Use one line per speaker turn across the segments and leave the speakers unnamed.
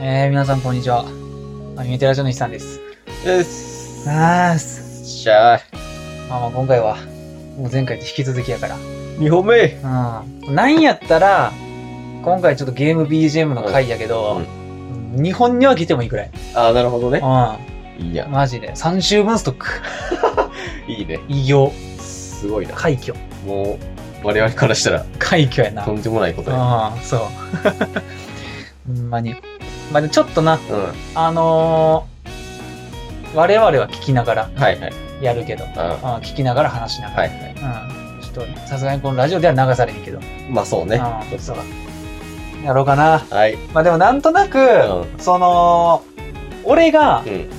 えー、皆さんこんにちは。アニメテラジオの日さんです。
です。
あーす。
しゃあ、
まあまあ今回は、もう前回と引き続きやから。
2本目。
うん。なんやったら、今回ちょっとゲーム BGM の回やけど、うん日本には来てもいいくらい。
ああ、なるほどね。
う
いいや
ん。。マジで。3週分ストック。
いいね。
異業。
すごいな。
快挙。
もう、我々からしたら、
快挙やな。
とんでもないことや。
ああ、そう。 ほんまに。まあ、ちょっとな、
うん。
あのー我々は聞きながら
はいはい。
やるけど、
あ
あ聞きながら話しなが
は
ら。
いはい。
うん。ちょっと、さすがにこのラジオでは流されへんけど。
まあそうね。
うん、そう。やろうかな。
はい。
まあでもなんとなく、
う
その、俺が
うん。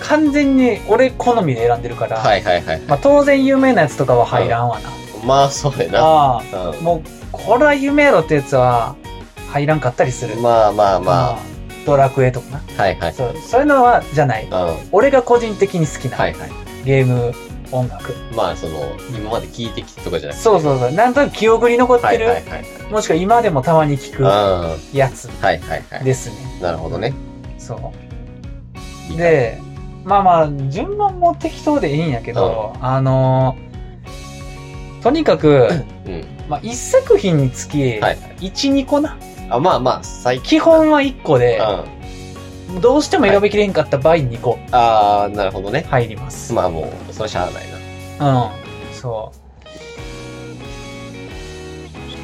完全に俺好みで選んでるから、
はいはいはい。
まあ当然有名なやつとかは入らんわな。
まあそうやな。
ああ、
う
もう、これは有名やろってやつは入らんかったりする
ん。。まあまあまあ。
うんドラクエとか
はいは
な。
い。
そう、そういうのは、じゃない
うん。。は
俺が個人的に好きない
はい。
ゲーム、音楽。
まあその、今まで聞いてきたとかじゃなくて。
そうそうそう。なんとなく記憶に残っ
は
て
いはい
る、
はい。
もしくは今でもたまに聞
うん。
く
は
やつ
いはいはい。
ですね。
なるほどね。
そ。
いいうか、
で、まあまあ、順番も適当でいいんやけど、あのー、とにか く、
うん。
まあ、一作品につき、
はい
一二個な。
あ、まあまあ、最
基
近。
本は一個
う
で
ん。、あ
どうしても選びきれんかった場合二個
あー、なるほどね。
入ります。
まあもう、それしゃあないな。
うん、そ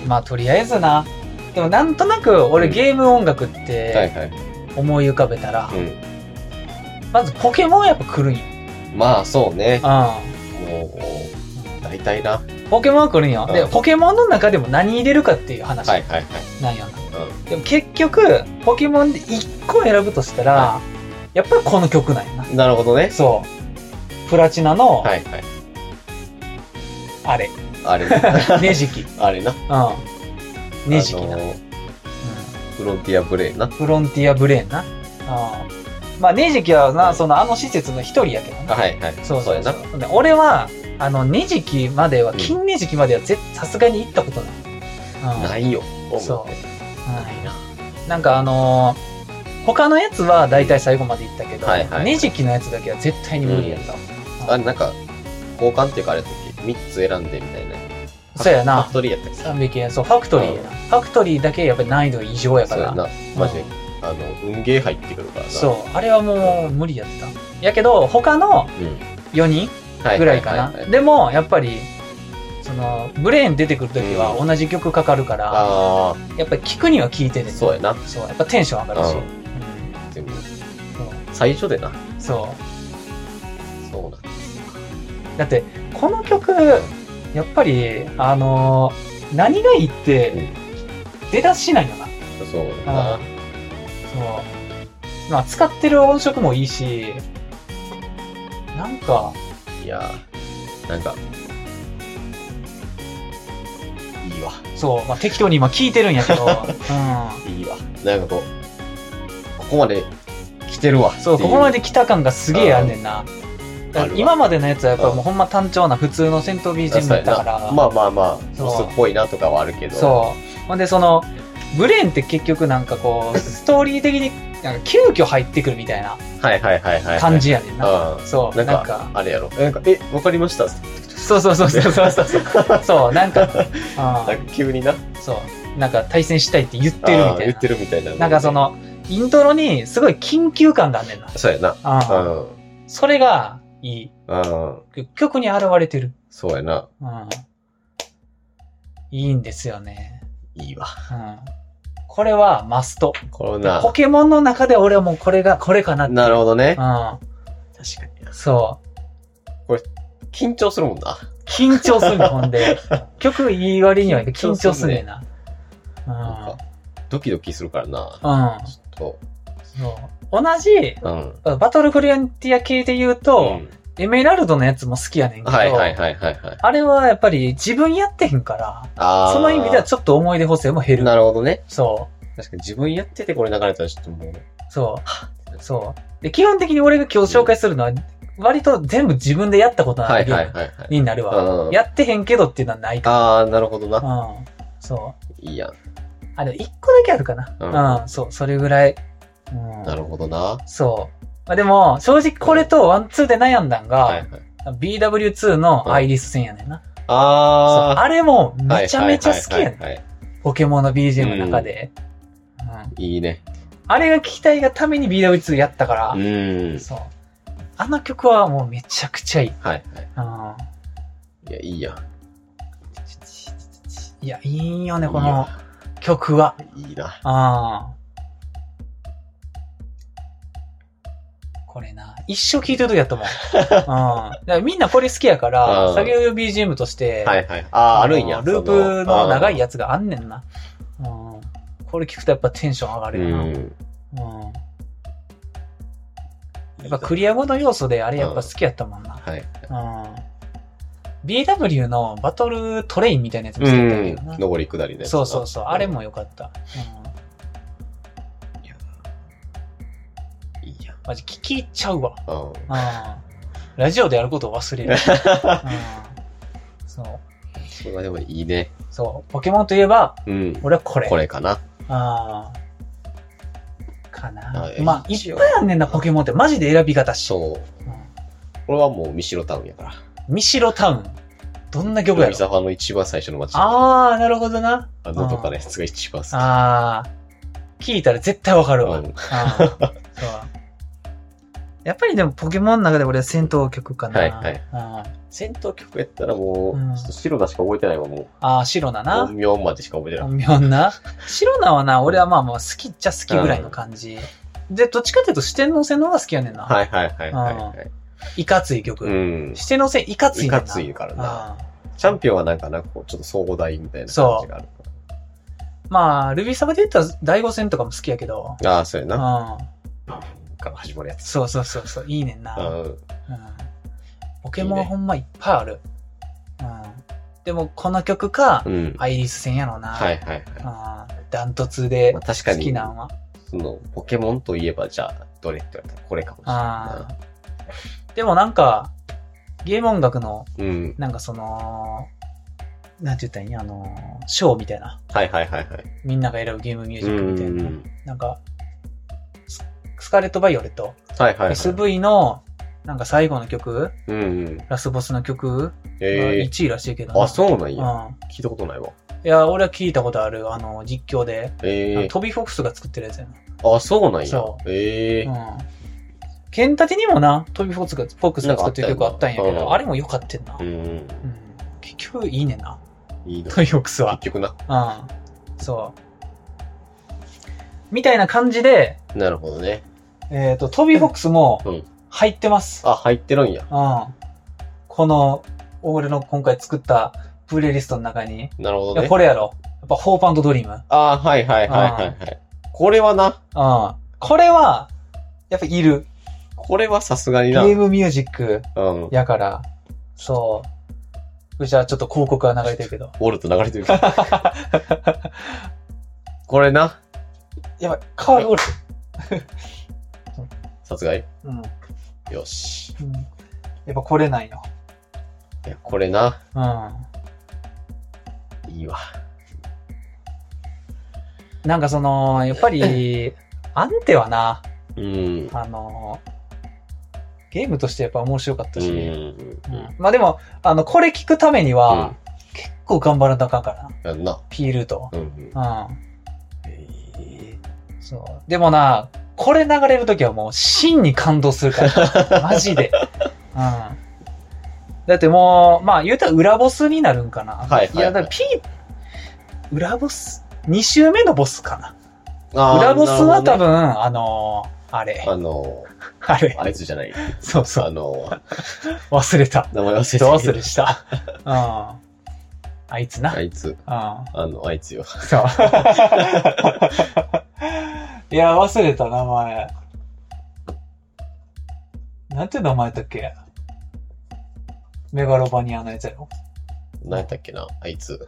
う。まあ、とりあえずな。でも、なんとなく、俺、
うん
ゲーム音楽っ
はい
て
はい。
思い浮かべたら、
うん。
まずポケモンやっぱ来るんよ。
まあそうね。
う
もう、大体な。
ん。ポケモンは来るんよ。で
う、ん
ポケモンの中でも何入れるかっていう話
はいはいはい。
なんよな。
う
でも、結局、ポケモンで1個選ぶとしたら、
は
やっぱりこの曲なんよな。
ん。なるほどね。
そう。プラチナの、
はいはい。
あれ、
あれ、
ネジ キ。う
あれな。
ん。ネジキな。
あ
うん
のフロンティアブレイな。
フロンティアブレーンな。うん。まあ、ネイジキは
う
な、
ん
その、あの施設の一人やけどな。
はいはい。
そうそうそ
や
う。で俺は、あの、ネジキまでは、金ネジキまではぜ、さすがに行ったことない。うん。
な。
い。
ないよ。
そう
ないな。
なんかあのー他のやつは大体最後まで行ったけど、
はいはい
ネジキのやつだけは絶対に無理やったわ。
あれなんか、交換っていうかあれだっけ ?3 つ選んでみたいな。
そうや
ファ
な
ク。トリーやったっけ
300円、そう、ファクトリーやな。ファクトリーだけやっぱり難易度異常やか
そうや
ら。
な。マジで。あの、運ゲー入ってくるからな。
そう。あれはもう無理やった。やけど、他の
うん。
4人
は
ぐらいかな。
はは
でも、やっぱり、その、ブレーン出てくるときは同じ曲かかるから、
あ
やっぱり聞くには聞いて
あ、
て、
そうやな。
そう。やっぱテンション上がるし。
うんでも、最初でな。
うんそう。
そうな。
だって、この曲、やっぱり、あのー何がいいって、出だししないよな。そ
そうやな。
う。まあ、使ってる音色もいいし、なんか、
いやー、なんか、いいわ、
そう、まあ、適当に今聞いてるんやけど、う
いいわ。なんかこう、ここまで来てるわ。
ん。そう、ここま
で。
で来た感がすげえあんねんな。だから今までのやつはやっぱもうほんま単調な普通の戦闘
あ
BGM
そう
だっ
や
た
な
から、
まあまあまあ、
そう
ボスっぽいなとかはあるけど。
そう。ほんで、その、ブレーンって結局なんかこう、ストーリー的に、なんか急遽入ってくるみたいな
はいはいはいはい。
感。じやねん
う
な。
ん。
そう、
な
なんん
か、
か、
あれやろ。なんか、え、わかりました。
そうそうそうそうそうそう。そう、なん か、う
なん
ん
か急にな。
そう、なんか対戦したいって言ってるみ
あー
た
言
い
ってるみたいな。
な。なんかそ。の、イントロにすごい緊急感があんねんな。
そうやな。う
うん
ん。
それがい
うん。
い。曲に現れてる。
そうやな。
うん。いいんですよね。
いいわ。
うん。これはマスト。
このな
ポ。ケモンの中で俺はもうこれが、これかなって。
なるほどね。
う
確かに
ん。そう。
緊張するもんな。
緊張するの、ほん で。曲言い割には緊張すんねんな。
なんか、ドキドキするからな。
うん。うん。
ちょっ
そう。同じ、
と、うん。
バトルフロンティア系で言うと、エメラルドのやつも好きやねんけど、
はいはいはいはいはい。
あれはやっぱり自分やってへんから、
あー
その意味ではちょっと思い出補正も減る。
なるほどね。
そ
確かに自分やっててこれ流れたらちょっともう、
う、そう、そう。で、基本的に俺が今日紹介するのは、割と全部自分でやったこと
は
ない
い
ゲ
は
ー
い
ム
はいはい。
になるわ。
うん
やってへんけどっていうのはないか
あー、なるほど
ら。
な。
うん。そう。
いいやん。
あ、でも一個だけあるかな。うん、そう、それぐらいうん
なるほどな。
そう。まあ、でも、正直これとワンツーで悩んだんが、
はいはい。
BW2 のアイリス戦やねんな。そう
あ
あれも
ー。
めちゃめちゃ好きやねん。
はいはいはいはい
ポケモンの BGM の中で。うん
いいね。
あれが聞きたいがために BW2 やったから、
うん。
そう。あの曲はもうめちゃくちゃいい。
はいは
う
い。
ん
いや、いいやん。
いや、いいよね、この曲は。
いいな。
あこれな、一生聴いてる時だ と思う。うん。だからみんなこれ好きやから
う、ん
作業用 BGM として、
はいはい。ああ、あるんや。
ループの長い
や
やつがあんねんな。うん。これ聞くとやっぱテンション上が
つう
るよな。うん。
ん。
やっぱクリア後の要素であれやっぱ好きやったもんな。
はい。
うん。BW のバトルトレインみたいなやつも
う
好きやったんや
ん
けどな。。
上り下りね。
そうそうそう。あれも
い
良かった。うん。
や。いいやん。
マジ聞き入っちゃうわ。
うん。
うん。ラジオでやることを忘れる。うん。そう。
それはでもいいね。
そう。ポケモンといえば、
うん。
俺はこれ。
これかな。
ああ。かな
あ。いい
まあ、いっぱいあんねんな、ポケモンって。マジで選び方し。
そう。
うん
これはもう三城タウンやから。
ミシロタウン。どんな曲や
海
ろ
沢の一番最初の街。あ
ああ、なるほどな。
のとかのやつが一番好き。
ああ。聞いたら絶対わかるわ。
うん
うんそう。やっぱりでもポケモンの中で俺は戦闘曲かな。
はいはい
うん
戦闘曲やったらも
うん
う、ちょっと白田しか覚えてないわ、も
ああ、白だ
う。
な。
音量までしか覚えてない。
妙な。白菜はな、俺はまあまあ好きっちゃ好きぐらいの感じ。で、どっちかっていうと四天王戦の方が好きやねんな。
はいはいはいはいはい。
い。かつい曲。
うん。
四天王戦いかついね
い
んな。
かついからな。
ああ
チャンピオンはなんかな、こう、ちょっと壮大みたいな感じがあるか
まあ、ルビーサバで言ったら第五戦とかも好きやけど。
ら。ああ、そうや
うん。
な。から始まるやつ。
そうそうそうそう、いいねん
う
な。
ん。
うん。ポケモンはほんまいっぱいある。うん。でも、この曲か、
うん。
アイリス戦やろうな。
はいはいはい。
うん。ダントツで
まあ確か
好
に
き、なんは。
その、ポケモンといえば、じゃあ、どれって言われたらこれかもし
あ
れな
あ。でもなんか、ゲーム音楽の
いな。うん。
なんかその、なんて言ったらいいんやあの、ショーみたいな。
はいはいはいはい。
みんなが選ぶゲームミュージックみたいな。
うん
なんか、ススカーレット・バイオレット。
はいはいはい。
SV の、なんか最後の曲、
うんうん。
ラスボスの曲が
ええ。
1位らしいけどな、
あ、そうなんや。
うん。
聞いたことないわ。
いや、俺は聞いたことある、あの、実況で。
ええ。
トビー・フォックスが作ってるやつやな。
あ、そうなんや
そ。
ええ。
うん。ケンタテにもな、トビー・フォックスがフォックスが作ってる曲あ
なん
っ
か
た
あ
ん
った
や
よな
けど、あれも良かったんな。う
う
ん
ん。
結局いいねんな、
い いな。
トビー・フォックスは
結。局な。
うん。そう。みたいな感じで、
なるほどね。
えっ、と、トビーフォックス
う
も
ん
入ってます。
あ、入ってるんや。
うん。この、俺の今回作ったプレイリストの中に。い
なるほど
や、
ね。
これやろ。やっぱ、ホープドリーム。
あはいはいはいはいはい。これはな、
うん。これは、やっぱいる。
これはさすがに
ゲ
な。う
ー
ん。
ムミュージック
ウ
やから。そう。じゃあちょっと広告は流れてるけ ど。
ォルト流れて るけどこれな、
やばい、カード俺。
殺害。
うん。
よし。
うんやっぱこれないよ。
いや、これな、
うん。
いいわ。
なんかその、やっぱり、アンテはな、
うん。
あの、ゲームとしてやっぱ面白かった
う
し、
ん。
うんまあでも、あの、これ聞くためには、結構頑張らなあかんからな、
やんな。
P ルート。
うん。
うん。
え
そう。でもな、これ流れるときはもう、真に感動する から、マジで。うん。だってもう、まあ言うたら裏ボスになるんかな。
はいはいはい
や、だから P、裏ボス、2周目のボスかな。
ーあー
裏ボスは多
なる
分、あのーあれ
ほ、どね
あ
あ
れ
の、、あいつじゃない。
そう そ
あ
う、
の、
忘れた。
名前忘れ
どう
て
す
た
るした。うん。あいつな。
あいつ、
う
あの、あいつよ。
ん。そう。 いや、忘れた名前。なんて名前だっけメガロバニアのやつやろ
何やったっけな、あいつ。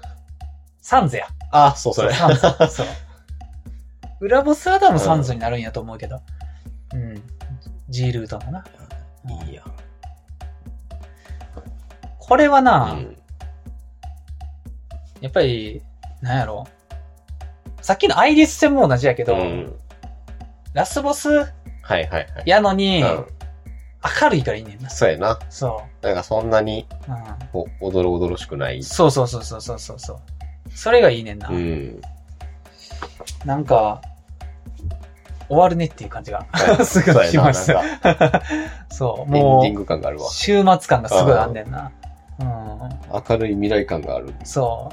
サンズや。
あ、そう、それ。
サンズ。そう。裏ボスは多分サンズになるんやと思うけど。うん。G ルートのな。
いいや。
これは
う
な、
ん。
やっぱり、なんやろ。さっきのアイリス戦も同じやけど、
うん
ラスボス
はいはいはい。
やのに、
うん。
明るいからいいねんな。
そうやな。
そ
なんかそんなに、
う。う
こう、おどろおどろしくない
ん。。そうそうそうそうそうそうそう。それがいいねんな。
うん。
なんか、終わるねっていう感じが
はい
すぐしま
そ
す
うや。ななんか
そう、
エン
も
ディン
う、
グ感があるわ。
週末感がすごいあんねんな。う
明るい未来感がある。
ん、そ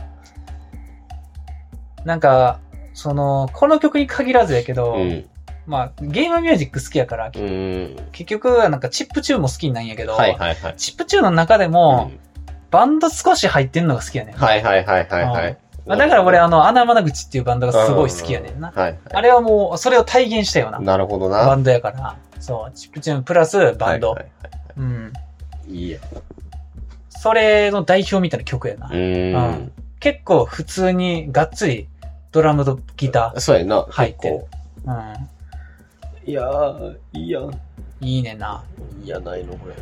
う。なんか、その、この曲に限らずやけど、
うん。
まあ、ゲームミュージック好きやから、
うん。
結局はなんかチップチューンも好きなんやけど、
はいはいはい。
チップチューンの中でも、
う
バンド少し入ってんのが好きやねん。
んはいはいはいはいはい。
まあ、だから俺、あの、穴山口っていうバンドがすごい好きやねんな。
はいはい。
あれはもう、それを体現したような
なるほどな。
バンドやから、そう、チップチューンプラスバンド。
はいはいは
うん。
いいいや。
それの代表みたいな曲やな。
うーん。
結構普通にがっつりドラムとギタ
そうやな。
入ってる
結
ー。
構。いやー、いいやん。
うん。いいねんな。
いいやないの、これ。
うん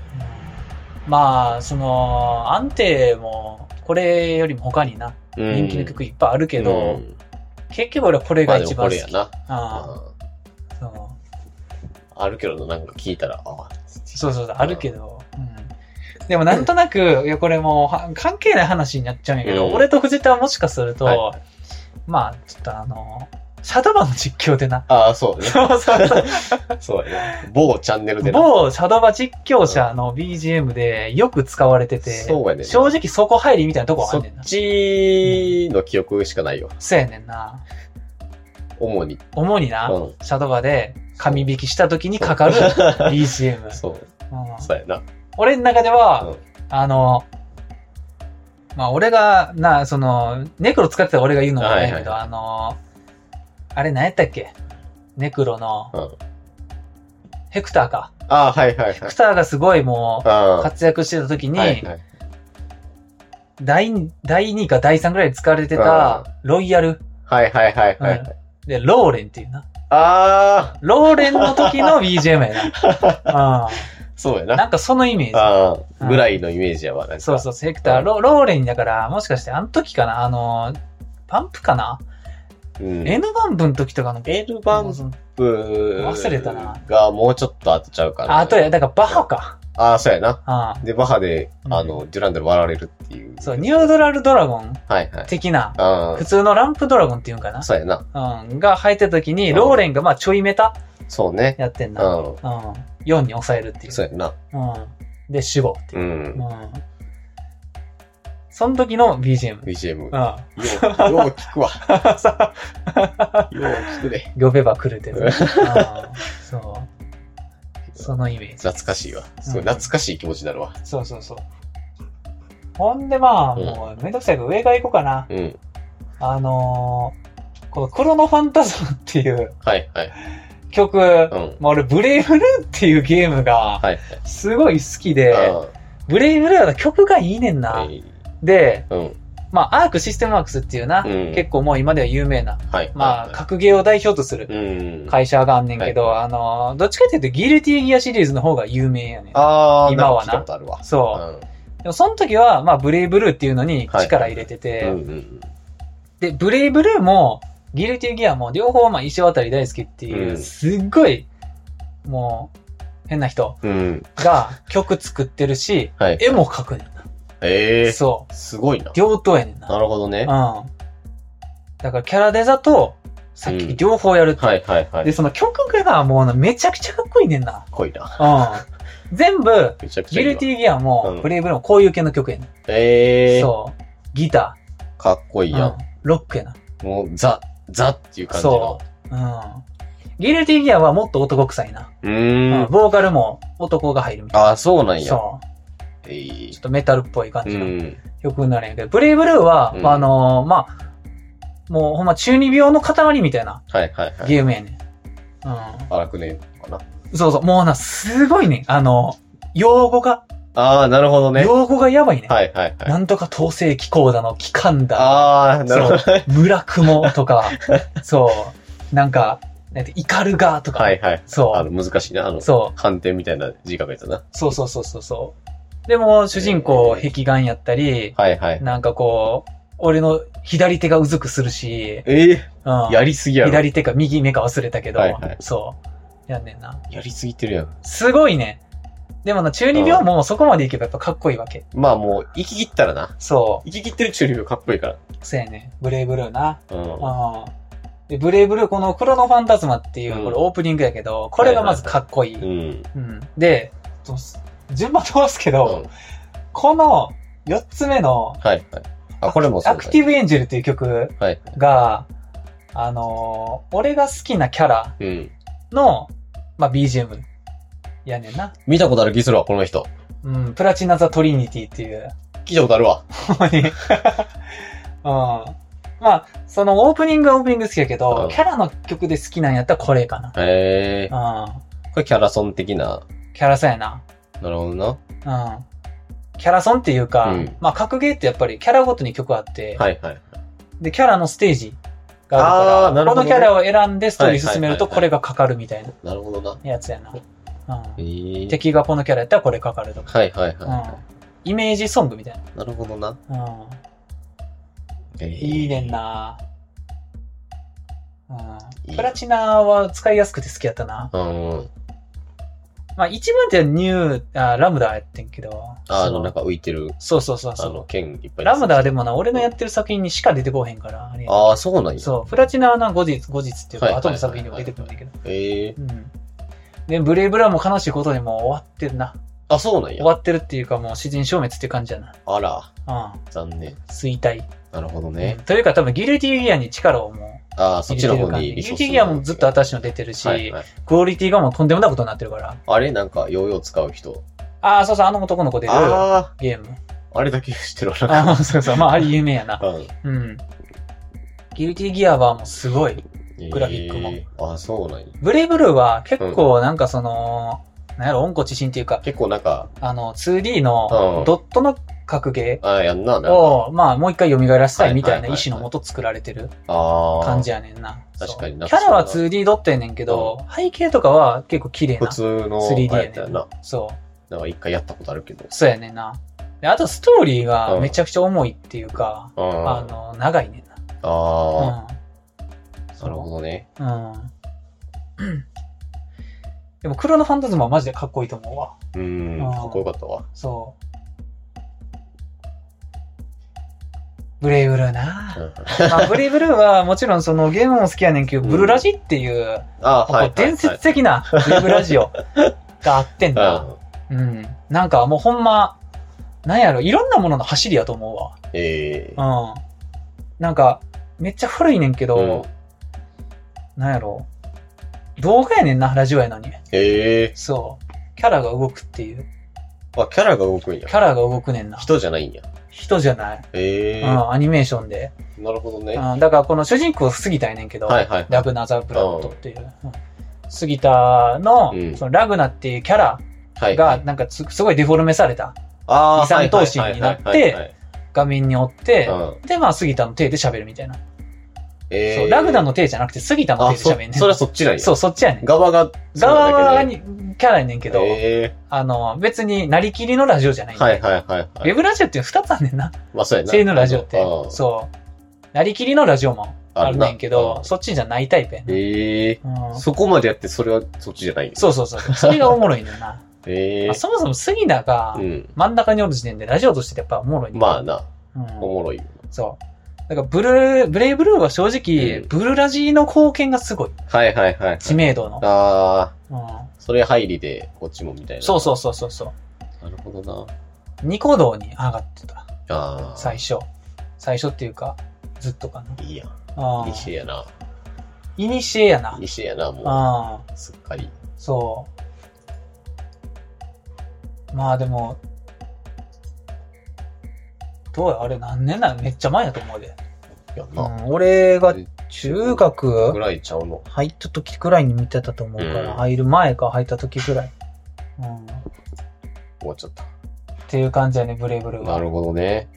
まあ、その、安定も、これよりも他にな、人気の曲
いい
いっぱいあるけど、結局俺はこれが
まあで
一
も
番好
これ
き。
やな。
ああそ
うんあるけど、なんか聞いたら、あ
うそうそうそう、あるけど。うん、でもなんとなく、いや、これもうは関係ない話になっちゃうんやけど、
うん
俺と藤田はもしかすると、
はい。
まあ、ちょっとあの、シャドバの実況でな
ああ、そうね。
そうそう そう。
そうやな。某チャンネルでな。
某シャドバ実況者の BGM でよく使われてて、
そうやねんな
正直そこ入りみたいなとこはあ
そ
ん
っ
ねんな。
ちの記憶しかないよ。
そうやねんな。
主に。
主にな、
うん
シャドバで神引きした時にかかる BGM。
そう。
うん
そうやな。
俺の中では、
うん
あの、まあ、俺が、な、その、ネクロ使ってた俺が言うのもないけど、
はい
あの、あれ何やったっけネクロの、
うん
ヘクターか。
ああ、はいは い
ヘ
はい
ク。ターがすごいもう、
あ
活躍してた時
あ。
に、
はいはい。
第2第2か第3ぐらいで使われてた、ロイヤル、
はいはいはいは
う
い。
で、ローレンっていうな。
ああ、
ローレンの時 の BGM やな。
そうや
うん。
な。
なんかそのイメージ。
ああ、ぐらいのイメージやわ。なんか
そうそう、ヘクター、ロローレンだから、もしかしてあの時かな、あの、パンプかな
うん。
N バンプの時とかの。
L バンプ
忘れたな
がもうちょっと後ちゃうかな。
あ、あとや、だからバハか。
ああ、そうやな。
う
で、バハで、
うん
あの、デュランダル割られるっていう。
ん。そう、ニュードラルドラゴン
はいはい。
的な、
あ
普通のランプドラゴンっていうんか
あ、そうやな。
な。うん。が入った時に、
うん
ローレンがまあちょいメタ
そうね。
やってん
うん。
な。うん。4に抑えるっていう。
そうやな。。
うん。で、守護っていうう。うんん。その時の BGM。うん。
BGM。よう、よう 聞くわ。
そう
よう聞くね。
呼べば来るってやつ
うん
そう。そのイメージ。
懐かしいわ。すごい懐かしい気持ちになるわ。
そうそうそう。ほんでまあ、
うん
もうめんどくさいから上から行こうかな。
うん。
あのー、このクロノファンタズムっていう
はいはい。
曲、
うん。
まあ俺ブレイブルーっていうゲームが
はい
すごい好きで、
はい。
ブレイブルーは曲がいいねんな。
あ
で、
あ。うん。
まあアークシステムワークスっていうな、
うん
結構もう今では有名な、
はい。
まあ
はい
格ゲーを代表とする
うん。
会社があんねんけど、
はいは
あのー、どっちかっていうとギルティギアシリーズの方が有名やねん。
ああ、
今は
ん
な
か聞いたことあるわ。
そう。でもその時は、まあブレイブルーっていうのに力入れてて、
うん。うんうん。
で、ブレイブルーも、ギルティギアも、両方、まあ、石渡り大好きっていう、
うん
すっごい、もう、変な人
うん。
が 曲作ってるし、
はい。
絵も描くねんな。
ええ、
そ
すごいな
う。。両党やねんな。
なるほどね。
うん。だから、キャラデザと、さっ
う
き
ん
両方やるって。
はいはいは
で、
い。
その曲がもうな、めちゃくちゃかっこいいねんな。
濃いな。
うん。 全部、
めちゃくち
ギ
ゃいいわ。
ルティギアも、
うん
ブレイブルーもこういう系の曲やねん。
ええ、
そう。ギタ
かっこいい
ー、
や
うん
ん。、
ロックやな。
もう、ザ、ザっていう感じの
そ。う。うん。ギルティギアはもっと男臭いな。
う
う
ー
ん
ん。
ボーカルも男が入るみたい
ああ、そうなん
な。
や。
そう。
ええ
ちょっとメタルっぽい感
う
じの
ん。
曲になるんやけど、ブレイブルーは、
うん
あのーまあ、もうほんま中二病の塊みたいな
はいはいはい。
ゲームやねん。
荒くねえのかな。
うん。そうそう。もうな、すごいねん。あの、用語が、
ああ、なるほどね。
用語がやばいねん。
はいはいはい。
なんとか統制機構だの、機関だ、
ああ、なるほどね。
村雲とか、 そう。なんか、なんて、イカルガとか、
はいはい。
そう
あの、難しいな。あの、
そう。
反転みたいな字書いたな。
そうそうそうそうそう。でも、主人公、
えー
壁眼やったり、
はいはい。
なんかこう、俺の左手がうずくするし、
ええ
うん。
やりすぎやろ。
左手か右目か忘れたけど、
はいはい
そう。やんねんな。
やりすぎてるやん。
すごいね。でもな、中二病もそこまでいけばやっぱかっこいいわけ。
まあもう、行き切ったらな。
そ
行き切ってる中二病かっこいいか
う。そうやね。ブレイブルーな。
ら。うん。
うん。で、ブレイブルー、このクロノファンタズマっていう、
うん
これオープニングやけど、これがまずかっこいい。
うん。
うん。で、どうす順番飛ばすけど、
うん
この4つ目の、
はいはい。あ、これもそう
ア
だ
クティブエンジェルっていう曲
はい。
が、あのー俺が好きなキャラ
うん。
の、まあ、BGM やねんな。
見たことある気するわ、この人。
うん、プラチナ・ザ・トリニティっていう、
聞いたことあるわ。
ほ んまに。うん。まあ、そのオープニングはオープニング好きやけど、
うん
キャラの曲で好きなんやったらこれか
へえ。
な。うん。
これキャラソン的な。
キャラソンやな。
なるほどな。は
うん。キャラソンっていうか、
うん
まあ、格ゲーってやっぱりキャラごとに曲あって、
いはい。
で、キャラのステージがあ
あー
るから、
なる
こ
ほど
の
ね
キャラを選んでストーリー進めると
はい
こ
はいはいは
れ
い
がかかるみたいな
なるほどな。
やつやな。う
え
ん。
ー。
敵がこのキャラやったらこれかかるとか。
はいはいうは
ん。イメージソングみたい
い。なるほどな。
な。うん。
えー
いいねん。なう
い
ん。
い
プラチナは使いやすくて好きやったな。
うん。
まあ一番手はニュー、あラムダやってんけど。
ああ
そ
の、
う
なんか浮いてる、
そうそうそう
あ
そ
の、剣いっ
う。
ぱい。
ラムダはでもな、俺のやってる作品にしか出てこうへんから。あれ
ああ、そうなんや。
そう。プラチナはな、後日、後日っていう
は
か、
いはい
後の作品にも出てくるんだけど。
ええー。
うん。で、ブレイブラーも悲しいことにもう終わってるな。
あ、そうなん
終
や。
わってるっていうかもう自然消滅って感じやな。
あら、
うん。
残念。
衰退。
なるほどね
う。んというか多分ギルティギアに力をも
ああ、
う
そっ
入
ち
れ
の
てる
方
感
に
じ。ギ
リソ
ル
ース
ティギアもずっと私の出てるし、
はいはい。
クオリティがもうとんでもないことになってるから。
あれなんか、ヨーヨー使う人。
ああ、そうそう、あの男の子出る
あ
ゲーム。
あ、あれだけ知ってるわ。なん
あ
か
あ、そうそう、まあ、あれ有名やな。
うん
うん。ギルティギアはもうすごい。グラフィックも
えーああ、そうなんや。
ブレイブルーは結構なんかその、なんやろ、温故知新っていうか、
結構なんか、
あの、2D の
うん
ドットの格ゲ
ああ、やんな、なん
ー
か。
を、まあ、もう一回蘇らせたいみたい
はい
な
はい
意
は
思
いはい
のもと作られてる
ああ。
感じやねんな。そう
確かに
キ
な
ャラは 2D ドットやねんけど、背景とかは結構綺麗
普
な。
通の、
3D
あ
や
れやった
ね
よ
ん
な。。
そう。
なんか一回やったことあるけど。
そうやねんな。であとストーリーがめちゃくちゃ重いっていうか、
うん。
あ
あ
の、長いねんな。
あ
うん
ー、なるほどね。
うん。でも、黒のファンタズマはマジでかっこいいと思うわ。
うん。
うん
かっこよかったわ。
そう。ブレイブルー な。
うん
まあ、ブレイブルーはもちろんそのゲームも好きやねんけど、
うん
ブルラジっていう、
ああ、
こう
はい。
伝
は
説
い
的なウェブラジオがあってん
はい
だ。うん。なんかもうほんま、なんやろ、いろんなものの走りやと思うわ。
うん。ええー。
うん。なんか、めっちゃ古いねんけど、なんやろ。動画やねんな、ラジオやのに。
ええ
そう。キャラが動くっていう。
ー。あ、キャラが動くんや
キ。ャラが動くねんな。
人じゃないんや。
人じゃない。
ええ
う
ー。
ん、アニメーションで。
なるほどね。は
うん、だからこの主人公杉田やねんけど、
いはい。
ラグナ・ザ・ブラッドっていう。うん杉田の、
うん
そのラグナっていうキャラ
はい。
が、なんかすすごいデフォルメされた
ああ、
二三頭身になって
はいはいはい
画面におって、
はいはいうん。
で、まあ杉田の手で喋るみたいな。
ええ
そう、ラグナの手じゃなくて杉田の
あ、
手で
そ、
喋んねん。
それはそっちなんや。
そう、そっちやねん。
側が、
側
そう
にキャラやねんけ
だ
ど、
けね。え
あの、別になりきりのラジオじゃな
え
いんで。
ー。はいはいはいは
ウェ
い。
ブラジオって二つあんねんな。
まあそうやな。
声優のラジオって
う。ん
そう。なりきりのラジオもあるねんけ
ある
ど、
な
そっちじゃないタイプやねん。
ええ
うん
ー。そこまでやって、それはそっちじゃないんや。
そうそうそう。それがおもろいねんな。
ええ
まあ
ー。
そもそも杉田が
うん。
真ん中におる時点でラジオとしてやっぱおもろいねん
まあな、
う
お
ん。
もろいよ。
そう。だからブルー、ブレイブルーは正直、
うん
ブルラジの貢献がすごい。
はいはいはいはい。
知名度の。
ああ、
うん
それ入りで、こっちもみたいな。
そうそうそうそうそう。
う。なるほどな。
ニコ動に上がってた。
ああ。
最初。最初っていうか、ずっとかな。
いいやん。
うん。
西やな。
いにしえやな。
西やな、も
ああ、
う。すっかり。
そう。まあでも、どうや、あれ何年なんめっちゃ前やと思うで。
やん
う
な。
ん、俺が中
中
学
ぐらいちゃうの。
入った時くらいに見てたと思うから、
うん
入る前か入った時くらい。うん。っ
終わっちゃった。
ていう感じやね、ブレイブルー
な
は。
るほどね。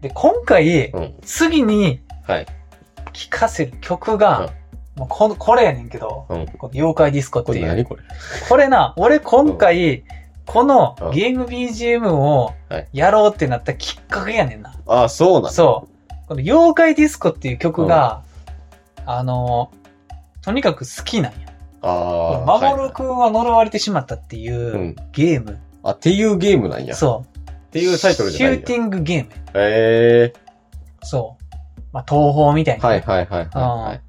で、今回、
うん。
次に
はい。
聴かせる曲が、もうこのこれやねんけど、
うん
この妖怪ディスコって
これ
いう。
何これ
これな、俺今回、この
うん
ゲーム BGM を
はい
やろうってなったきっかけやねんな。
ああ、そうなんだ。
そう。この妖怪ディスコっていう曲が、あの、とにかく好きなんや。
ああ。
マモル君は呪われてしまったってい
はいはいう。
うんゲーム。
あ、っていうゲームなんや。っ
そう。
ていうタイトルじゃない
シュー
ん
テ
や。
ィングゲーム。
え
そう。まあ、東宝みたい
え
な。
はいはいはいはいはい。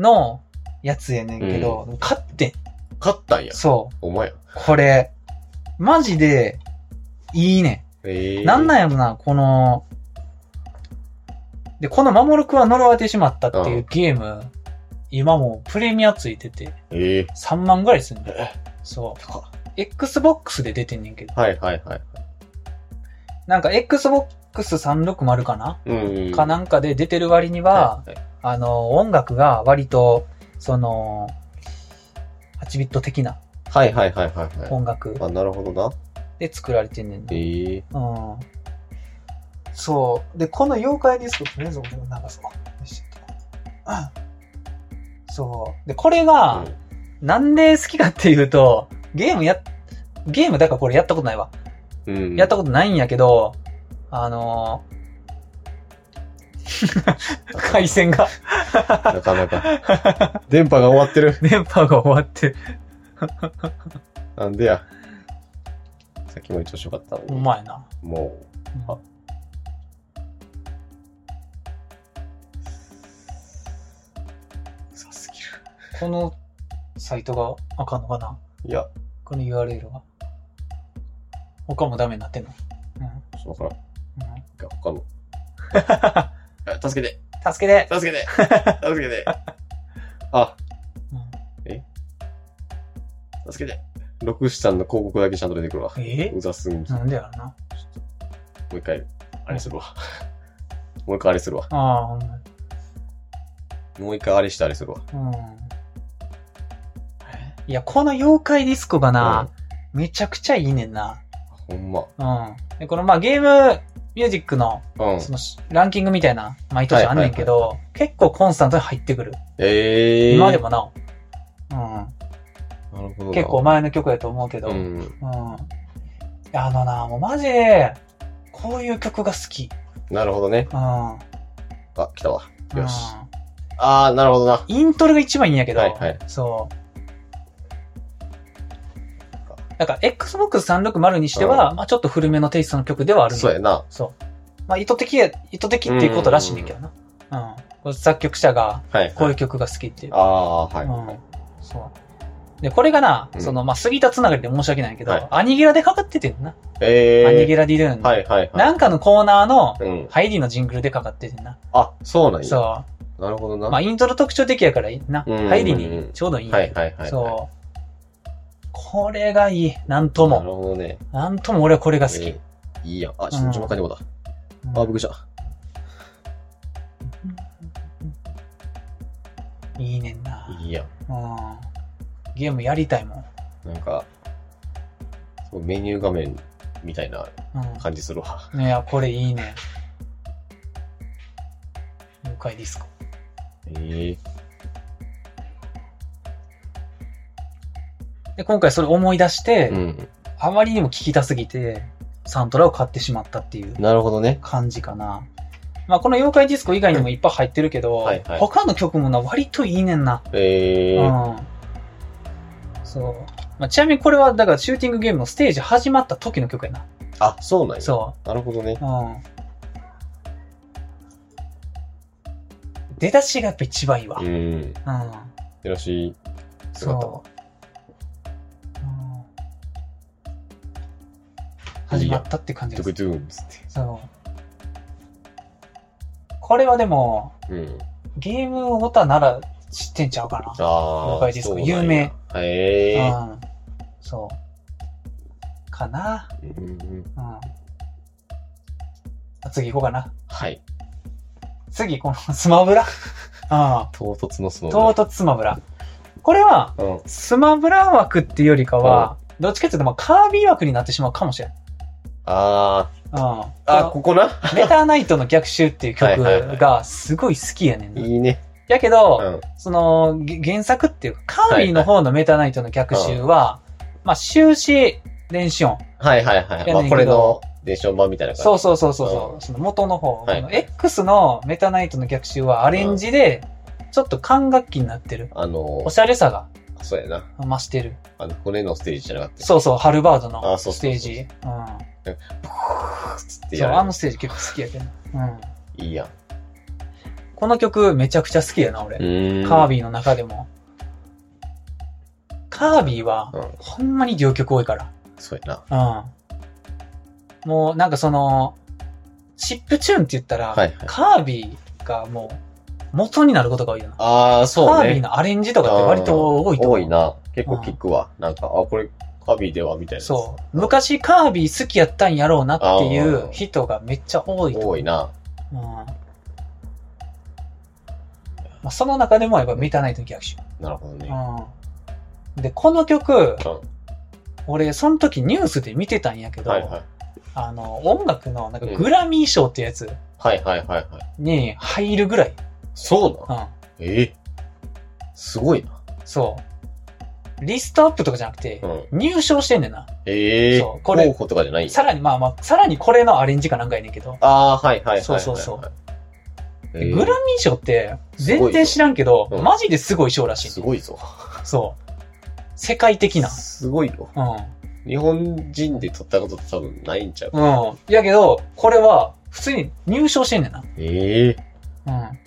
のやつやねんけど、勝ってん。
勝ったんや。
そう。
お前や。
これ、マジで、いいね
ええ
ん。なんなんやろな、この、で、この守君は呪われてしまったっていうゲーム、今もうプレミアついてて、
ええ
3万ぐらいすんだよ。
え
そう。Xbox で出てんねんけど。
はいはいはい。
なんか Xbox360 かな、
うん。
かなんかで出てる割には、
はいはい
あの、音楽が割と、その、8ビット的な
はいはいはいはいはい。
音楽
あ、なるほどな。
で作られてんねんね。
ええ
うん。そう。で、この妖怪ディスコとりあえず俺も流そう。よいしょうんそう。で、これが、なんで好きかっていうと、ゲームや、ゲームだからこれやったことないわ。
うん。うん
やったことないんやけど、あのー、回線が、
なかなか。電波が終わってる。
電波が終わって、
なんでや。さっきも調子よかったの
う
に。
まいな。
もあ
さすぎる。このサイトがあかんのかな
う、いや、
この URL が。他もダメになってんの。うん。
そうからん。
うん
いや他の。あ助けて、
助けて、
助け て、助けて。あ、
う
助けて。ロクシちゃんの広告だけちゃんと出てくるわ。
んえ
うざすんぎ。も
なんでやろな。
う一回、あれするわ。もう一回あれするわ。
ああ、ほんまに
もう一回あれしてあれするわ。
うん。いや、この妖怪ディスコがな、めちゃくちゃいいねんな。
ほんま。
うん。で、このまあゲームミュージックの
うん。
そのランキングみたいな、毎年あんねんけど、結構コンスタントに入ってくる。
ええー。
今でもなお。う
なるほ
ん。
どな。
結構前の曲やと思うけど。う。
うんん。
あのな、もうマジで、こういう曲が好き。
なるほどね。
うん。
あ、来たわ。よし。
うん
あー、なるほどな。
イントロが一番いいんやけど、
はいはい
そう。だから Xbox360 にしては、まあちょっと古めのテイストの曲ではあるん
そう
だ
やな。
そう。まあ意図的や、意図的っていうことらしいねんだけどな。うん。これ作曲者が
はい。
こういう曲が好きっていう。
あー、はい。
うん。そう。で、これがな、
うん
その、まあ、杉田つながりで申し訳ないけど、
はい
アニゲラでかかっててんな。
ええー。
アニゲラで出るんで、
はいはいはい。
なんかのコーナーの、
うん。
入りのジングルでかかっててんな。
あ、そうなんや。
そ
なるほどな。
う。まあ、イントロ特徴的やからいいな。
うん
入りにちょうどいい。
はいはいはいはい。
そう。これがいい。なんと
な
も。
るほどね。
なんとも俺はこれが好き。
えーいいやん。あ、ちょっと、ちょっと待ってもだ。
うん
あ、びっくりした。
いいねんな。
いいやん。
うん。ゲームやりたいもん。
なんか、すごいメニュー画面みたいな
う
感じするわ。
ん。いや、これいいね。妖怪ディスコ。
ええ
で、今回それ思い出して、
うん。
あまりにも聞きたすぎて、サントラを買ってしまったっていう
なるほどね。
感じかな。まあ、この妖怪ディスコ以外にもいっぱい入ってるけど、
はいはい
他の曲もな、割といいねんな。
ええ
うん。そう。まあ、ちなみにこれは、だからシューティングゲームのステージ始まった時の曲やな。
あ、そうなんや。
そ
なるほどね。
う。うん。出だしがやっぱ一番いいわ。
う
うん。
ん。よろしい。よかったわ
そう。うん始まったって感じ
ド
で
ゥ
す
ク。ドゥーンっつって。
そう。これはでも、
うん。
ゲームオタなら知ってんちゃうかな。
あ
了
あ。
解です
そうなん
有名。
ええ
うん。そう。かな。
うん。
うん。次行こうかな。
はい。
次、この スマブラ。あ
唐突のス
あ、
ノ
唐突スマブラ。これは、
ー。うん。
スマブラ枠っていうよりかは、どっちかっていうと、まあ、カービィ枠になってしまうかもしれん。うん。
あ
あ
あ。あ、ここな。
メターナイトの逆襲っていう曲
はいはいはい
がすごい好きやねんな。
いいね。
やけど、
うん。
その、げ原作っていうか、カービィの方のメタナイトの逆襲は、まあ、終始、電子音。
はいはいは
やねん
い。ま
けど
あ、これの伝承版みたいな
そ
感
う
じ。
そうそうそうそう、その元の方、
はい
この X のメタナイトの逆襲はアレンジで、ちょっと管楽器になってる。
あの
おしゃれさが
ー、そうやな。
増してる。
あの、船のステージじゃなかった。
そうそう、ハルバード
あ
の
そうそうそう
ステージ。うん
つって
そう、
や
あ
る
の。ステージ結構好きやけど。うん。
いいやん。う
この曲めちゃくちゃ好きやな、俺。
ーん。
カービィの中でも。カービィは、
うん
ほんまに両曲多いか
そうや
ら。うん。もう、なんかその、チップチューンって言ったら、
な。はいはい。
カービィがもう、元になることが多いよな。
ああ、そうね。
カービィのアレンジとかって割と多いと思う。
多いな。結構聞くわ。なんか、あ、これカービィではみたいな。
そう。昔カービィ好きやったんやろうなっていう人がめっちゃ多いと思う
多いな。
うんまあ、その中でもやっぱ満たないと逆襲。
なるほどね。
うん。で、この曲、
う
俺、その時ニュースで見てたんやけ
ん。
ど、
はいはい。
あの、音楽のなんかグラミー賞ってやつ
はいはいはいはい。
に入るぐらい。
そうなの
うん。
ええすごいな。
そう。リストアップとかじゃなくて
う、ん。
入賞してんねんな。
ええ
そうこれ
候補とかじゃない
さらに、まあまあ、さらにこれのアレンジかなんかやねんけど、
ああ、はいはいはいはい。
そうそうそう。
ええ
グラミー賞って全
すごい
然
ぞ
知らんけど、
うん
マジですごい賞らし
す
い。
ごいぞ。
そう。世界的な。
すごいよ。
うん。
日本人で撮ったことって多分ないんちゃう
うん。やけど、これは、普通に入賞してんねんな。
ええ
うん。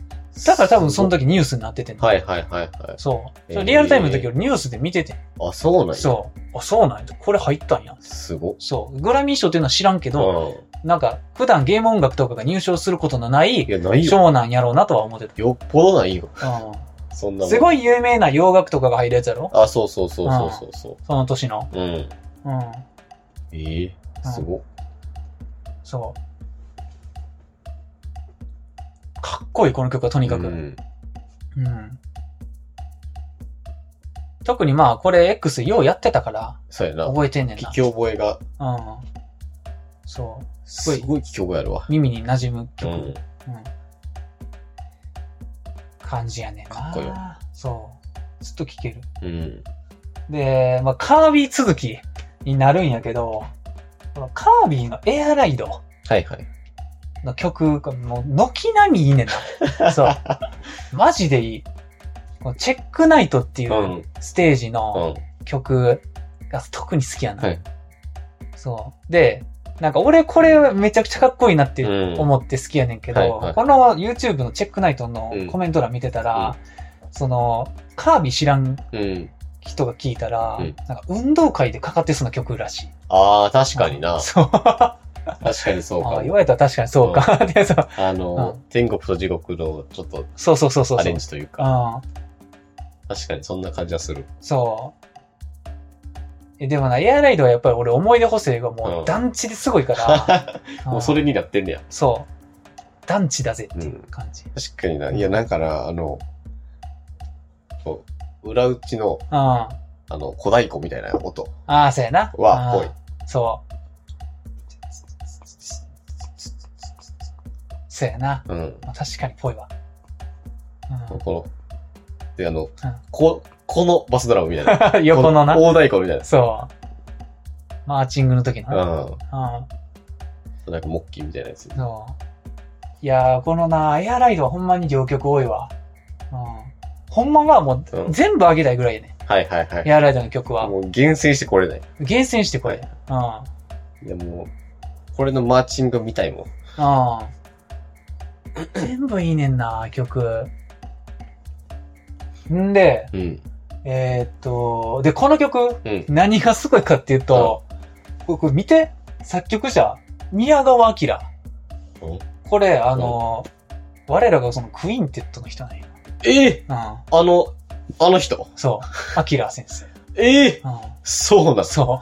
だから多分その
時。
時ニュースになっててんの
はいはいはいはい。
そう。
えー
リアルタイムの時俺ニュースで見ててん。
あ、そうなんや。
そう。あ、そうなんや。これ入ったんや。
すごっ。
そう。グラミー賞っていうのは知らんけ
う。
ど、なんか、普段ゲーム音楽とかが入賞することのなん
い
い
や、ないよ。
賞なんやろうなとは思ってた。
よっぽどないよ。
う。
そんなんもん。
すごい有名な洋楽とかが入るやつやろ
あ、そうそうそうそうそうそ
その年の。
う。うん。
うん。
ええすごっ。
そう。かっこいい、この曲はとにかく。
うん
うん。特にまあ、これ X ようやってたから、
そうやな。
覚えてんねん
聞
な。
き覚えが、
うん。そう。
す
ごい
ごい聞き覚えあるわ。
耳に馴染む
う
曲、うん
ん。
感じやねんな。
かっこよ
そう。ずっと聴ける。
うん。
で、まあ、カービィ続きになるんやけど、このカービィのエアライド
はいはい。
の曲がもう、軒並みいいねん な。そう。マジでいい。このチェックナイトってい
うん。う。
うんステージの、
は
曲が特に好きやな。
い。
そう。で、なんか俺これめちゃくちゃかっこいいなって
うん
思って好きやねんけど、
はいはい
この YouTube のチェックナイトのコメント欄見てたら、その、カービィ知らん
うん。
人が聞いたら、
うん
なんか運動会でかかってそうな曲らしい。
ああ、確かにな。
そう。
確かにそう
あ
か
言。われたら確かにそうか。 でそう
あ
う
の、天国と地獄のちょっと
そうそうそうそう。
アレンジという
う
か、
ん。
確かにそんな感じはする。
そう。えでもな、エアライドはやっぱり俺思い出補正がもう団地ですごいから、うん
もうそれになってんねや。
そう。団地だぜっていう感じ。
確かにな。いや、だから、あの、こう裏打ちの、
うん。あ
あの、小太鼓みたいな音
あ、そうやな。
は、
うん
ぽい。
そう。そうやな。
うん。
まあ、確かにぽいわ。う
この、で、あの
うん、
こ、このバスドラムみたいな。
ん、 横のな
こ。大太鼓みたい
そう。マーチングの時のな。
な。うん。
う
なんか、木琴みたいなやつ。
ん。そう。いやー、このな、エアライドはほんまに両曲多いわ。うん。ほんまはも
う
うん全部あげたいぐらいやね。
はいはいはい
エ。アライドの曲は。
もう厳選してこれない。
厳選してこれ。
いやもう、これのマーチング見たいもん。
うん。うん。全部いいねんな、曲。んで、
うん。
えーっと、で、この曲、
うん。
何がすごいかっていうと、これこれ見て、作曲者、宮川明。これ、あの、我らがそのクインテットの人なん
ええ
や。
あの、あの人。
うん。そう。 明先生。
ええ
う。
そうなんの
そ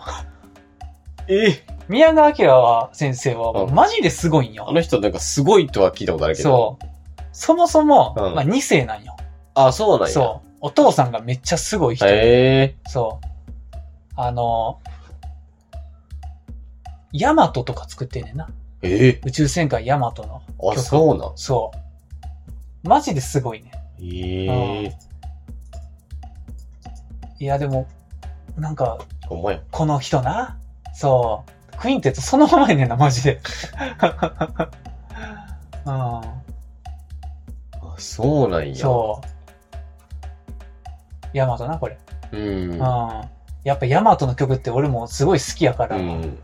ええ
う。宮川明は先生は、
うん
マジですごいんよ
あ。の人なんかすごいとは聞いたことあるけ
そ
ど。
う。そもそも、
うん
まあ、2世なんよ。
あ、そうなんや。
そう。お父さんがめっちゃすごい人。
へえ
そう。あの、ヤマトとか作ってんねんな。
ええ
宇宙戦艦ヤマトの。
あ、そうなん。
そう。マジですごいね。
ええ
いや、でも、なんか、
ほんまや。
この人な。そう。クインテットそのままやねんな、マジで。 うん。
あそうなんや。
そう。ヤマトな、これ。
う。うん。
う
うんん。。
やっぱヤマトの曲って俺もすごい好きやから。うん。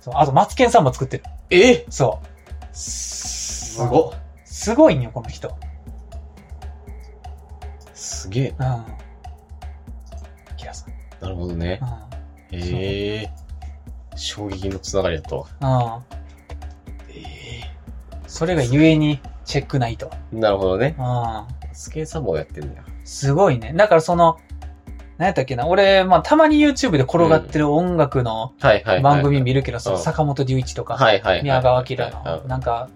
そうあと、マツケンさんも作ってる。
え
そ
すすごっ
う。すごいんよ、この人。
すげえ。
うん。キラさん。
なるほどね
う。
へえ。衝撃のつながりやったわ。
ん。うん。
ええ
それがゆえに、チェックナイト。
なるほどね。
うん。
スケーサボーやってんだよ。
すごいね。だからその、何やったっけな。俺、まあ、たまに YouTube で転がってる音楽の
はいはいはい。
番組見るけど、その
うん
坂本龍一とか、
はいはいはい。
宮川明
はい
の、なんか、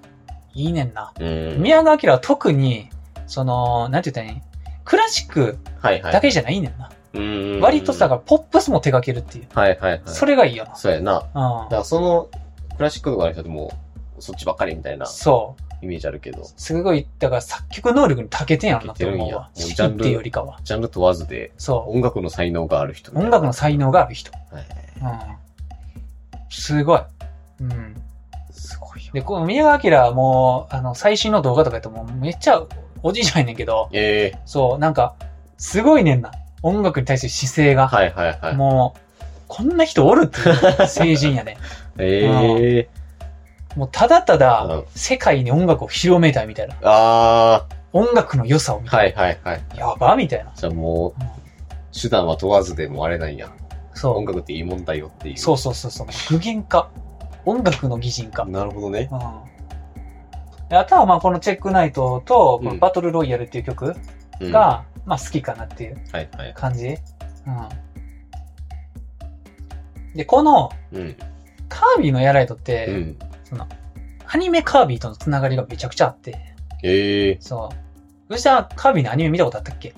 いいねんな。
うん。
宮川明は特に、その、なんて言ったらいいクラシック
はいはい。
だけじゃないねんな。
うん。
割とさ、だからポップスも手掛けるっていう。
はいはいはい。
それがいいよ
そうやな。だ
な。
か
う。
らその、クラシックとかの人ってもう、そっちばっかりみたいなん
そう。
イメージあるけど、
すごい、だから作曲能力に長けてんやろなって思うわ。
長けてるんやもう
好
ジ
き
ャ
っ
ンル
ていうよりかは。
ジャンル問わずで、
そ
音楽の才能がある人
う。音楽の才能がある人。
能。はい。
うん。すごい。うん。
すごいよ。
で、この宮川明はもう、あの、最新の動画とかやってもうめっちゃおじいちゃんやねんけど、
ええ
そう、なんか、すごいねんな。音楽に対する姿勢が。
はいはいはい。
もう、こんな人おるって いう成人やね。
ええ
もうただた
う
だ
ん、
世界に音楽を広めたいみたいな。
あ
音楽の良さを見
あ、
た
はいはいはい。
い。やばみたいな。
じゃあも
うん
う、手段は問わずでもあれなんや。
そ
音
う。
楽っていいもんだよっていう。
そうそうそうそう。具現化。音楽の擬人化。
なるほどね。
うんであとは、まあ、このチェックナイトと、
うん
バトルロイヤルっていう曲
うん、は
が、まあ、好きかなっていう
いはい。
感じ。うん。で、この、
うん。
カービィのやらいとって、
うん。
アニメカービィとのつながりがめちゃくちゃあって、
ええ
そう。藤田、カービィのアニメ見たことあったっけ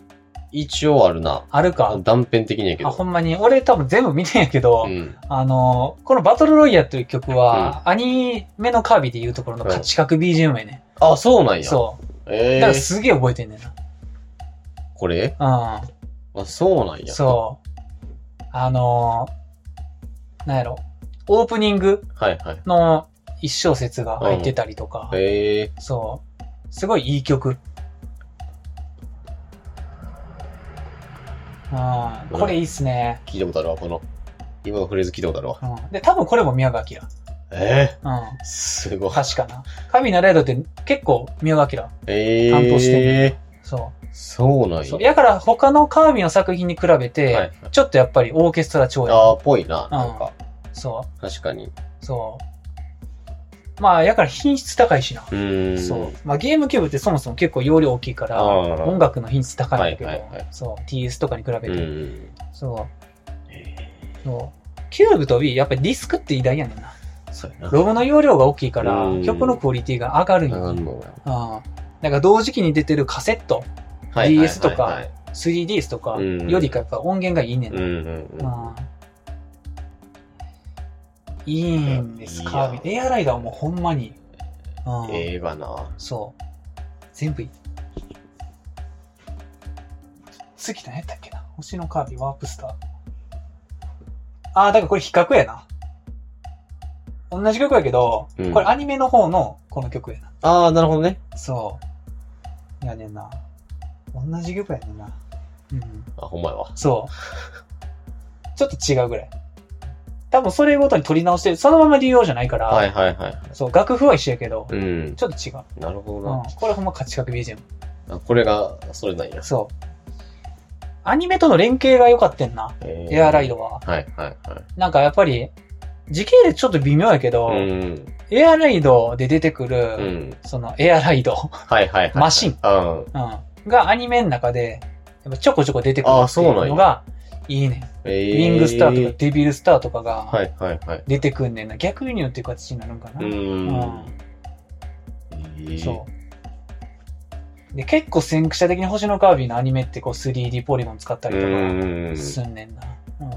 一応あるな。
あるか。
断片的にやけ
あ、
ど。
ほんまに。俺多分全部見てんやけど、
うん。
あの、このバトルロイヤルという曲は、アニメのカービィでいうところの価値格 BGM やね。
あ、そうなんや。
そう。
え
だ
え
からすげえ覚えてんねん
これ
な。
あ、そうなん
うん。
や。
そう。あのー、なんやろ。オープニング
はいはい。
の一小節が入ってたりとか、
ええ
そう。すごいいい曲。うん、これいいっすね。
聞いたことあるわ、この。今のフレーズ聞いたことあるわ。
うん、で、多分これも宮川明。
ええ
う
すご
ん。
い。
歌詞かな。神のレードって結構宮川明。
ええ
担当してそ
そうなん
う。
や。
そう。やから他のカービィの作品に比べて、
はい。
ちょっとやっぱりオーケストラ調
あ
や。
あ、ぽいな。なんか、
そ
確かに。
う。そう。まあ、やから品質高いしな。
うーん。
そう。。まあ、ゲームキューブってそもそも結構容量大きいから、
うん
音楽の品質高いんだけど、
はいはいはい
そう。TS とかに比べて。
うん。
そう。
え
そう。キューブと B、やっぱりディスクって偉大やねんな。
えそうやな。
ロムの容量が大きいから
う、ん
曲のクオリティが上がるん
上が
よ。
んのや。
うん。なんか同時期に出てるカセット、
はいはいはいはい
DS とか。3DS とか
うん
よりかやっぱ音源がいいねん
うん
な。
うんうん。
うんいいんですか
い
エ
や
アライダーはもうほんまに。うん。
ええわな。
そう。全部いい。次何やったっけな星のカービィ、ワープスター。ああ、だからこれ比較やな。同じ曲やけど、
うん
これアニメの方のこの曲やな。
ああ、なるほどね。
そう。やねんな。同じ曲やねんな。うん。
あ、ほんまやわ。
そう。ちょっと違うぐらい。多分それごとに取り直してる。そのまま流用じゃないから、
はいはいはい。
そう、楽譜は一緒やけど、
うん。
ちょっと違う。
なるほど
うん
な。。
これほんま価値格 BGM。
あこれが、それなんや。
そう。アニメとの連携が良かったんな。
ええ
エアライ。ドは。
はいはいはい。
なんかやっぱり、時系列ちょっと微妙やけど、
うん。
エアライドで出てくる、
うん。
そのエアライド、
はいはいはい。
マシン、
うん。
うん、がアニメの中で、やっぱちょこちょこ出てくる
あ
っていうのが、いいね。
え
ウ
え
ィングスターとかデビルスターとかが、
はいはいはい。
出てくんねんな。逆輸入っていう形になるんかな。
うーん。ええ
そう。で、結構先駆者的に星のカービィのアニメってこう 3D ポリゴン使った
う
りと
ー
か
ん。
すんねんな。うん。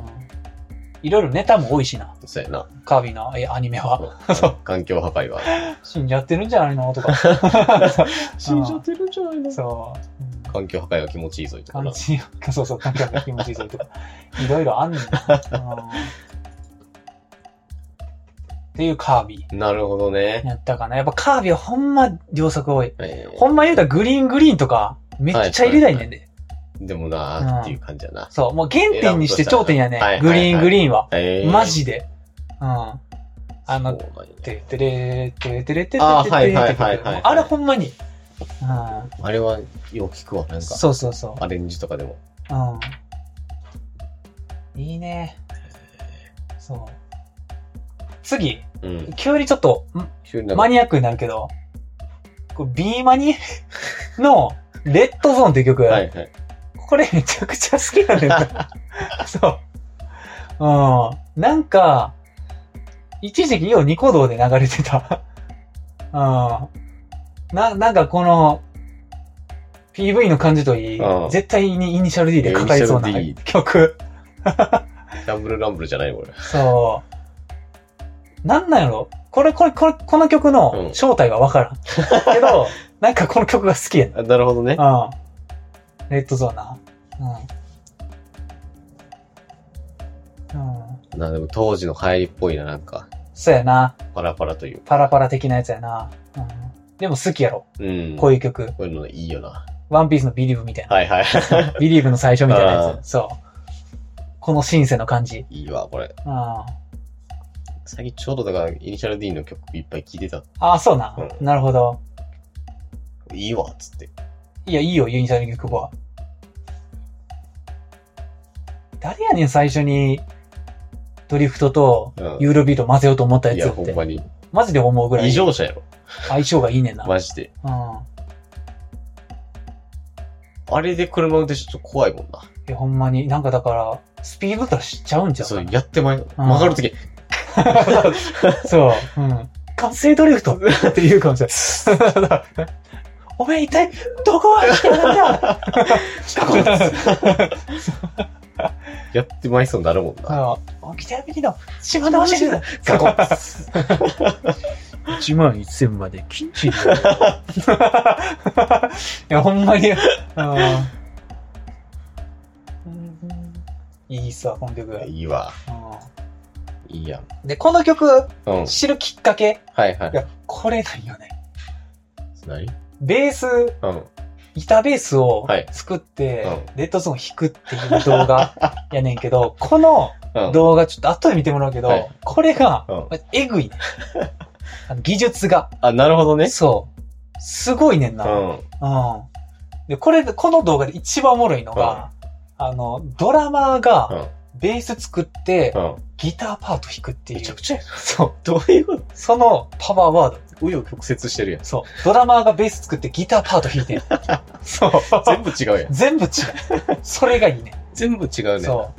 いろいろネタも多いしな。
そうやな。
カービィのえアニメは。
環境破 壊は。
死んじゃってるんじゃないのとか。そう死んじゃって
るんじゃないの
そう。うん
環境破壊は気持ちいいぞ、みたい
感
な。
じ、そうそう、感覚が気持ちいいぞとか。いろいろあんねんな。うんっていうカービ
なるほど
ィ
ね。
やったかな。やっぱカービィはほんま両作多い。
えー
ほんま言うたらグリーングリーンとかめっちゃ入れたいねんで。
でもなーっていう感じやな。
そう、もう原点にして頂点やね
はいはい。
グ
はい
リーングリーンは。
えー
マジで。うん。あの、
そうなんやね
てれてれてれてれてれてれ
あ
て
ー
れ
はいはい
て
はい
れ
はいはい
あれほんまに。うん。
あれはよう聞くわ、なんか。
そうそうそう。
アレンジとかでも。
うん。いいね。そう。次、
うん。
急にちょっと、ん
急になんか
マニアックになるけど、こう B マニの、レッドゾーンっていう曲、
はいはい。
これめちゃくちゃ好きなんだよ な。そう。うん。なんか、一時期ようニコ動で流れてた。うん。な、なんかこの、PV の感じといい
うん、
絶対にイニシャル D でかかりそうな
イニシャル D
曲。
ランブルランブルじゃないこれ。
そう。なんなんやろこれ、これ、これ、この曲
う
の
ん
正体はわからん。けど、 なんかこの曲が好きやね
あなるほどね。
うん。レッドゾーンな。うん。うん。
な、でも当時の流行りっぽいな、なんか。
そうやな。
パラパラという。
パラパラ的なやつやな。うん。でも好きやろ。
うん。
こ
いう
いう曲。
うのいいよな。
ワンピースのビリーブみたいな。
はい は
ビリーブの最初みたいなや
あ
つ。そう。このシンセの感じ。
い。いいわ、これ。
うん。あ
最近ちょうどだから、イニシャル D の曲いっぱい聴いてた。
あ、そうな。
う
なるほど。
いいわ、つって。
いや、いいよ、ユニシャル曲は。誰やねん、最初に、ドリフトと
うん、
ユーロビート混ぜようと思った
い
や
や、
つっ
ほ
て
ん。まに。
マジで思うぐらい
異。常者やろ。
相性がいいねんな。
マジで。
うん。
あれで車運転してちょっと怖いもんな。
え、ほんまに。なんかだから、スピード出しちゃうんじゃん。
そう、やってまい、曲がる とき、
そう。うん。完成ドリフトって言うかもしれない。 お前一体、どこは行ってなんだ
やってまいそうになるもんな。
そう。起きてるべきの、島の教えだ。
ガコッ
1万1000まできっ ちり。いや、ほんまに。うん、いいっすわ、この曲。
いいわ。
う
いいやん。
んで、この曲
うん。
知るきっかけ、
はいはい
い。や、これなんよね。
何
ベース、
うん。
板ベースを
はい
作って、
う
レッドゾーン弾くっていう動 画やねんけど、この
うん。
動画ちょっと後で見てもらうけど、
はい
これが、
うん
えぐ いね。あの技術が。
あ、なるほどね。
そう。すごいねん
う
な。うん。
ん。
で、これ、この動画で一番おもろいのが、あの、ドラマー
う
が
ん。
ベース作って、
うん。
ギターパート弾くっていう。
ちゃや
そう。
どういうこと
そのパワーワード。
紆余曲折してるやん。
そう。ドラマーがベース作ってギターパート弾いて ん。そう。
全部違うやん。
全部違う。それがいいね。
全部違うね。
そ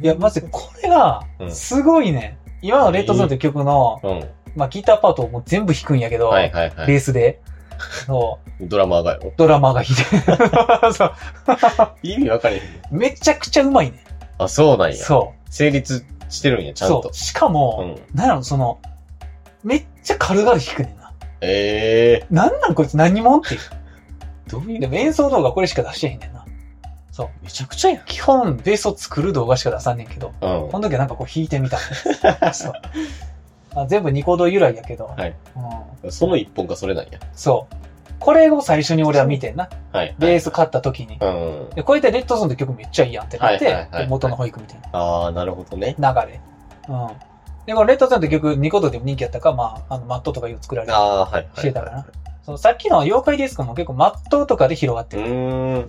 う。いや、まずこれが
う、ん
すごいね。今のレッドゾーンって曲の、
うん。
まあ、ギターパートをもう全部弾くんやけど、
はいはいは
ベ
い。
ースで、そう、
ドラマーがよ。
ドラマーが 弾いてそう
意味分かれへんね。
めちゃくちゃうまいね。
あ、そうなんや。
そ
成立してるんや、
う。
ちゃん
そ
と
う。。しか
う
も、
ん。
なんやろ、その、めっちゃ軽々弾くねんな。
ええ
なんなんこいつ何もんっていう。
ー。どうい
でも演奏動画これしか出してへんねんな。
めちゃくちゃやん。
基本、ベースを作る動画しか出さんねんけど、
うん。
この時はなんかこう弾いてみ た。そうあ全部ニコ動由来やけど、
はい
うん、
その一本がそれなんや。
そう。これを最初に俺は見てんな。
はい。
ベース買った時に。
うん。
で、こうやってレッドゾーンって曲めっちゃいいやんってなって、
はいはいはい
で元の保育みたい
ああ、なるほどね。
な流れ。うん。で、このレッドゾーンって曲、ニコ動でも人気やったから、まあ、あの、マットとかよう作られて、
ああー、はいはい。
してたかな。そのさっきの妖怪ディスコも結構マットとかで広がって
う
る。
ーん。
うん。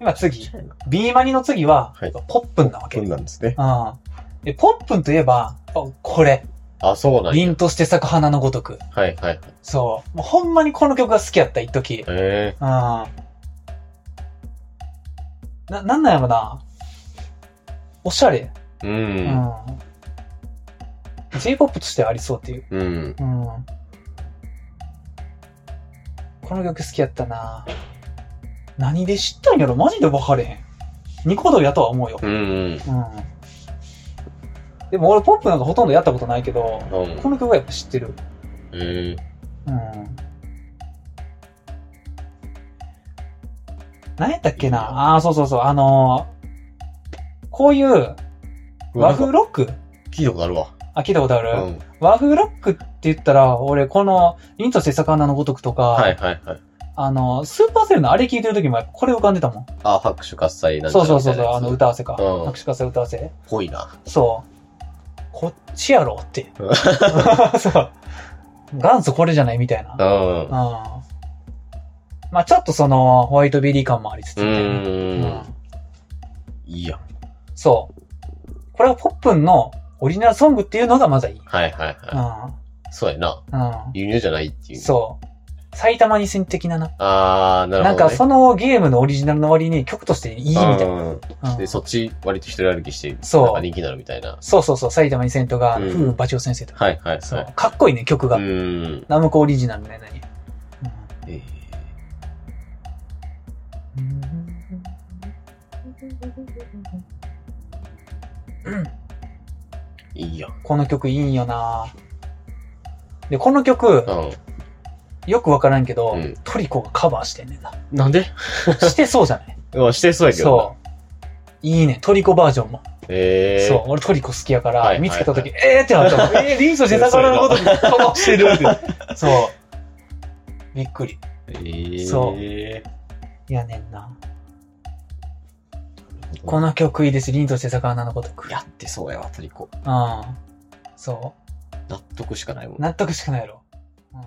今次、B マニの次は、
はい
ポップンなわけ。
そうなんですね。
うん。で、ポップンといえば、あこれ。
あ、そうなんや。
凛として咲く花のごとく。
はいはいはい。
そう。もうほんまにこの曲が好きやった、一時。うん。
え
な、なんなんやろな。おしゃれ。
え
う
ー。
ん。J-POP としてはありそうっていう。
うん。うん。
うん。この曲好きやったな。何で知ったんやろマジで分かれへん。ニコ動やとは思うよ。
うん。うん。
うん。でも俺ポップなんかほとんどやったことないけど、
うん
この曲はやっぱ知ってる。
ええ
うん。何やったっけ
いい
なああー、そうそうそう。あのーこういう
うわ
和
なんか
風ロック
聞いたことあるわ。
あ、聞いたことある、
うん。
和風ロックって言ったら、俺、この、凛とせさかなのごとくとか、
はいはいはい。
あの、スーパーセルのあれ聞いてる時もやっぱこれ浮かんでたもん。
あ、拍手喝采なんち
そ
ゃ
うそう
みた
そうそ
いな
う、
やつ
あの歌合わせか。
うん
拍手かせ歌合わせ。
ぽいな。
そう。こっちやろ って。
うん
そう。元祖これじゃないみたいな。う
う
ん。
ん。う
まあちょっとその、ホワイトビリー感もありつつみたいな。
ーん。
うん
いいやん。
そう。これはポップンのオリジナルソングっていうのがまだいい。
はいはいは
う
い。そうやな。
ん。う
輸入じゃないってい
ん。
う。
そう。埼玉に線的なな。
あー、なる
な
ほ
ん
ど、ね。
かそのゲームのオリジナルの割に曲としていいみたいな。
うん
うん
で、そっち割と一人歩きして、
そう
なんか人気になるみたいな。
そうそうそう、埼玉にセントが、
う
風
ん
雲バチオ先生とか。
はいはい
そ
は
う
い。。
かっこいいね、曲
う
が。
ーん。
ナムコオリジナルのやなに。
えーいいやん。
この曲いいんよなで、この曲
う、ん。
よくわからんけど、
うん
トリコがカバーしてんねんな。
なんで
してそうじゃない
うん、してそうやけどな。
そう。いいね、トリコバージョンも。
ええ
そう、俺トリコ好きやから、
はいはいはい
見つけた時、えーってなったもん。 えー、リンソして魚のことにカバーしてるって。そう。びっくり。
ええ
そう
う。
いやねんな。この曲いいです。凛として魚のごとく。
やってそうやわ、トリコ。
うん。そう。
納得しかないもん。
納得しかないやろ。うん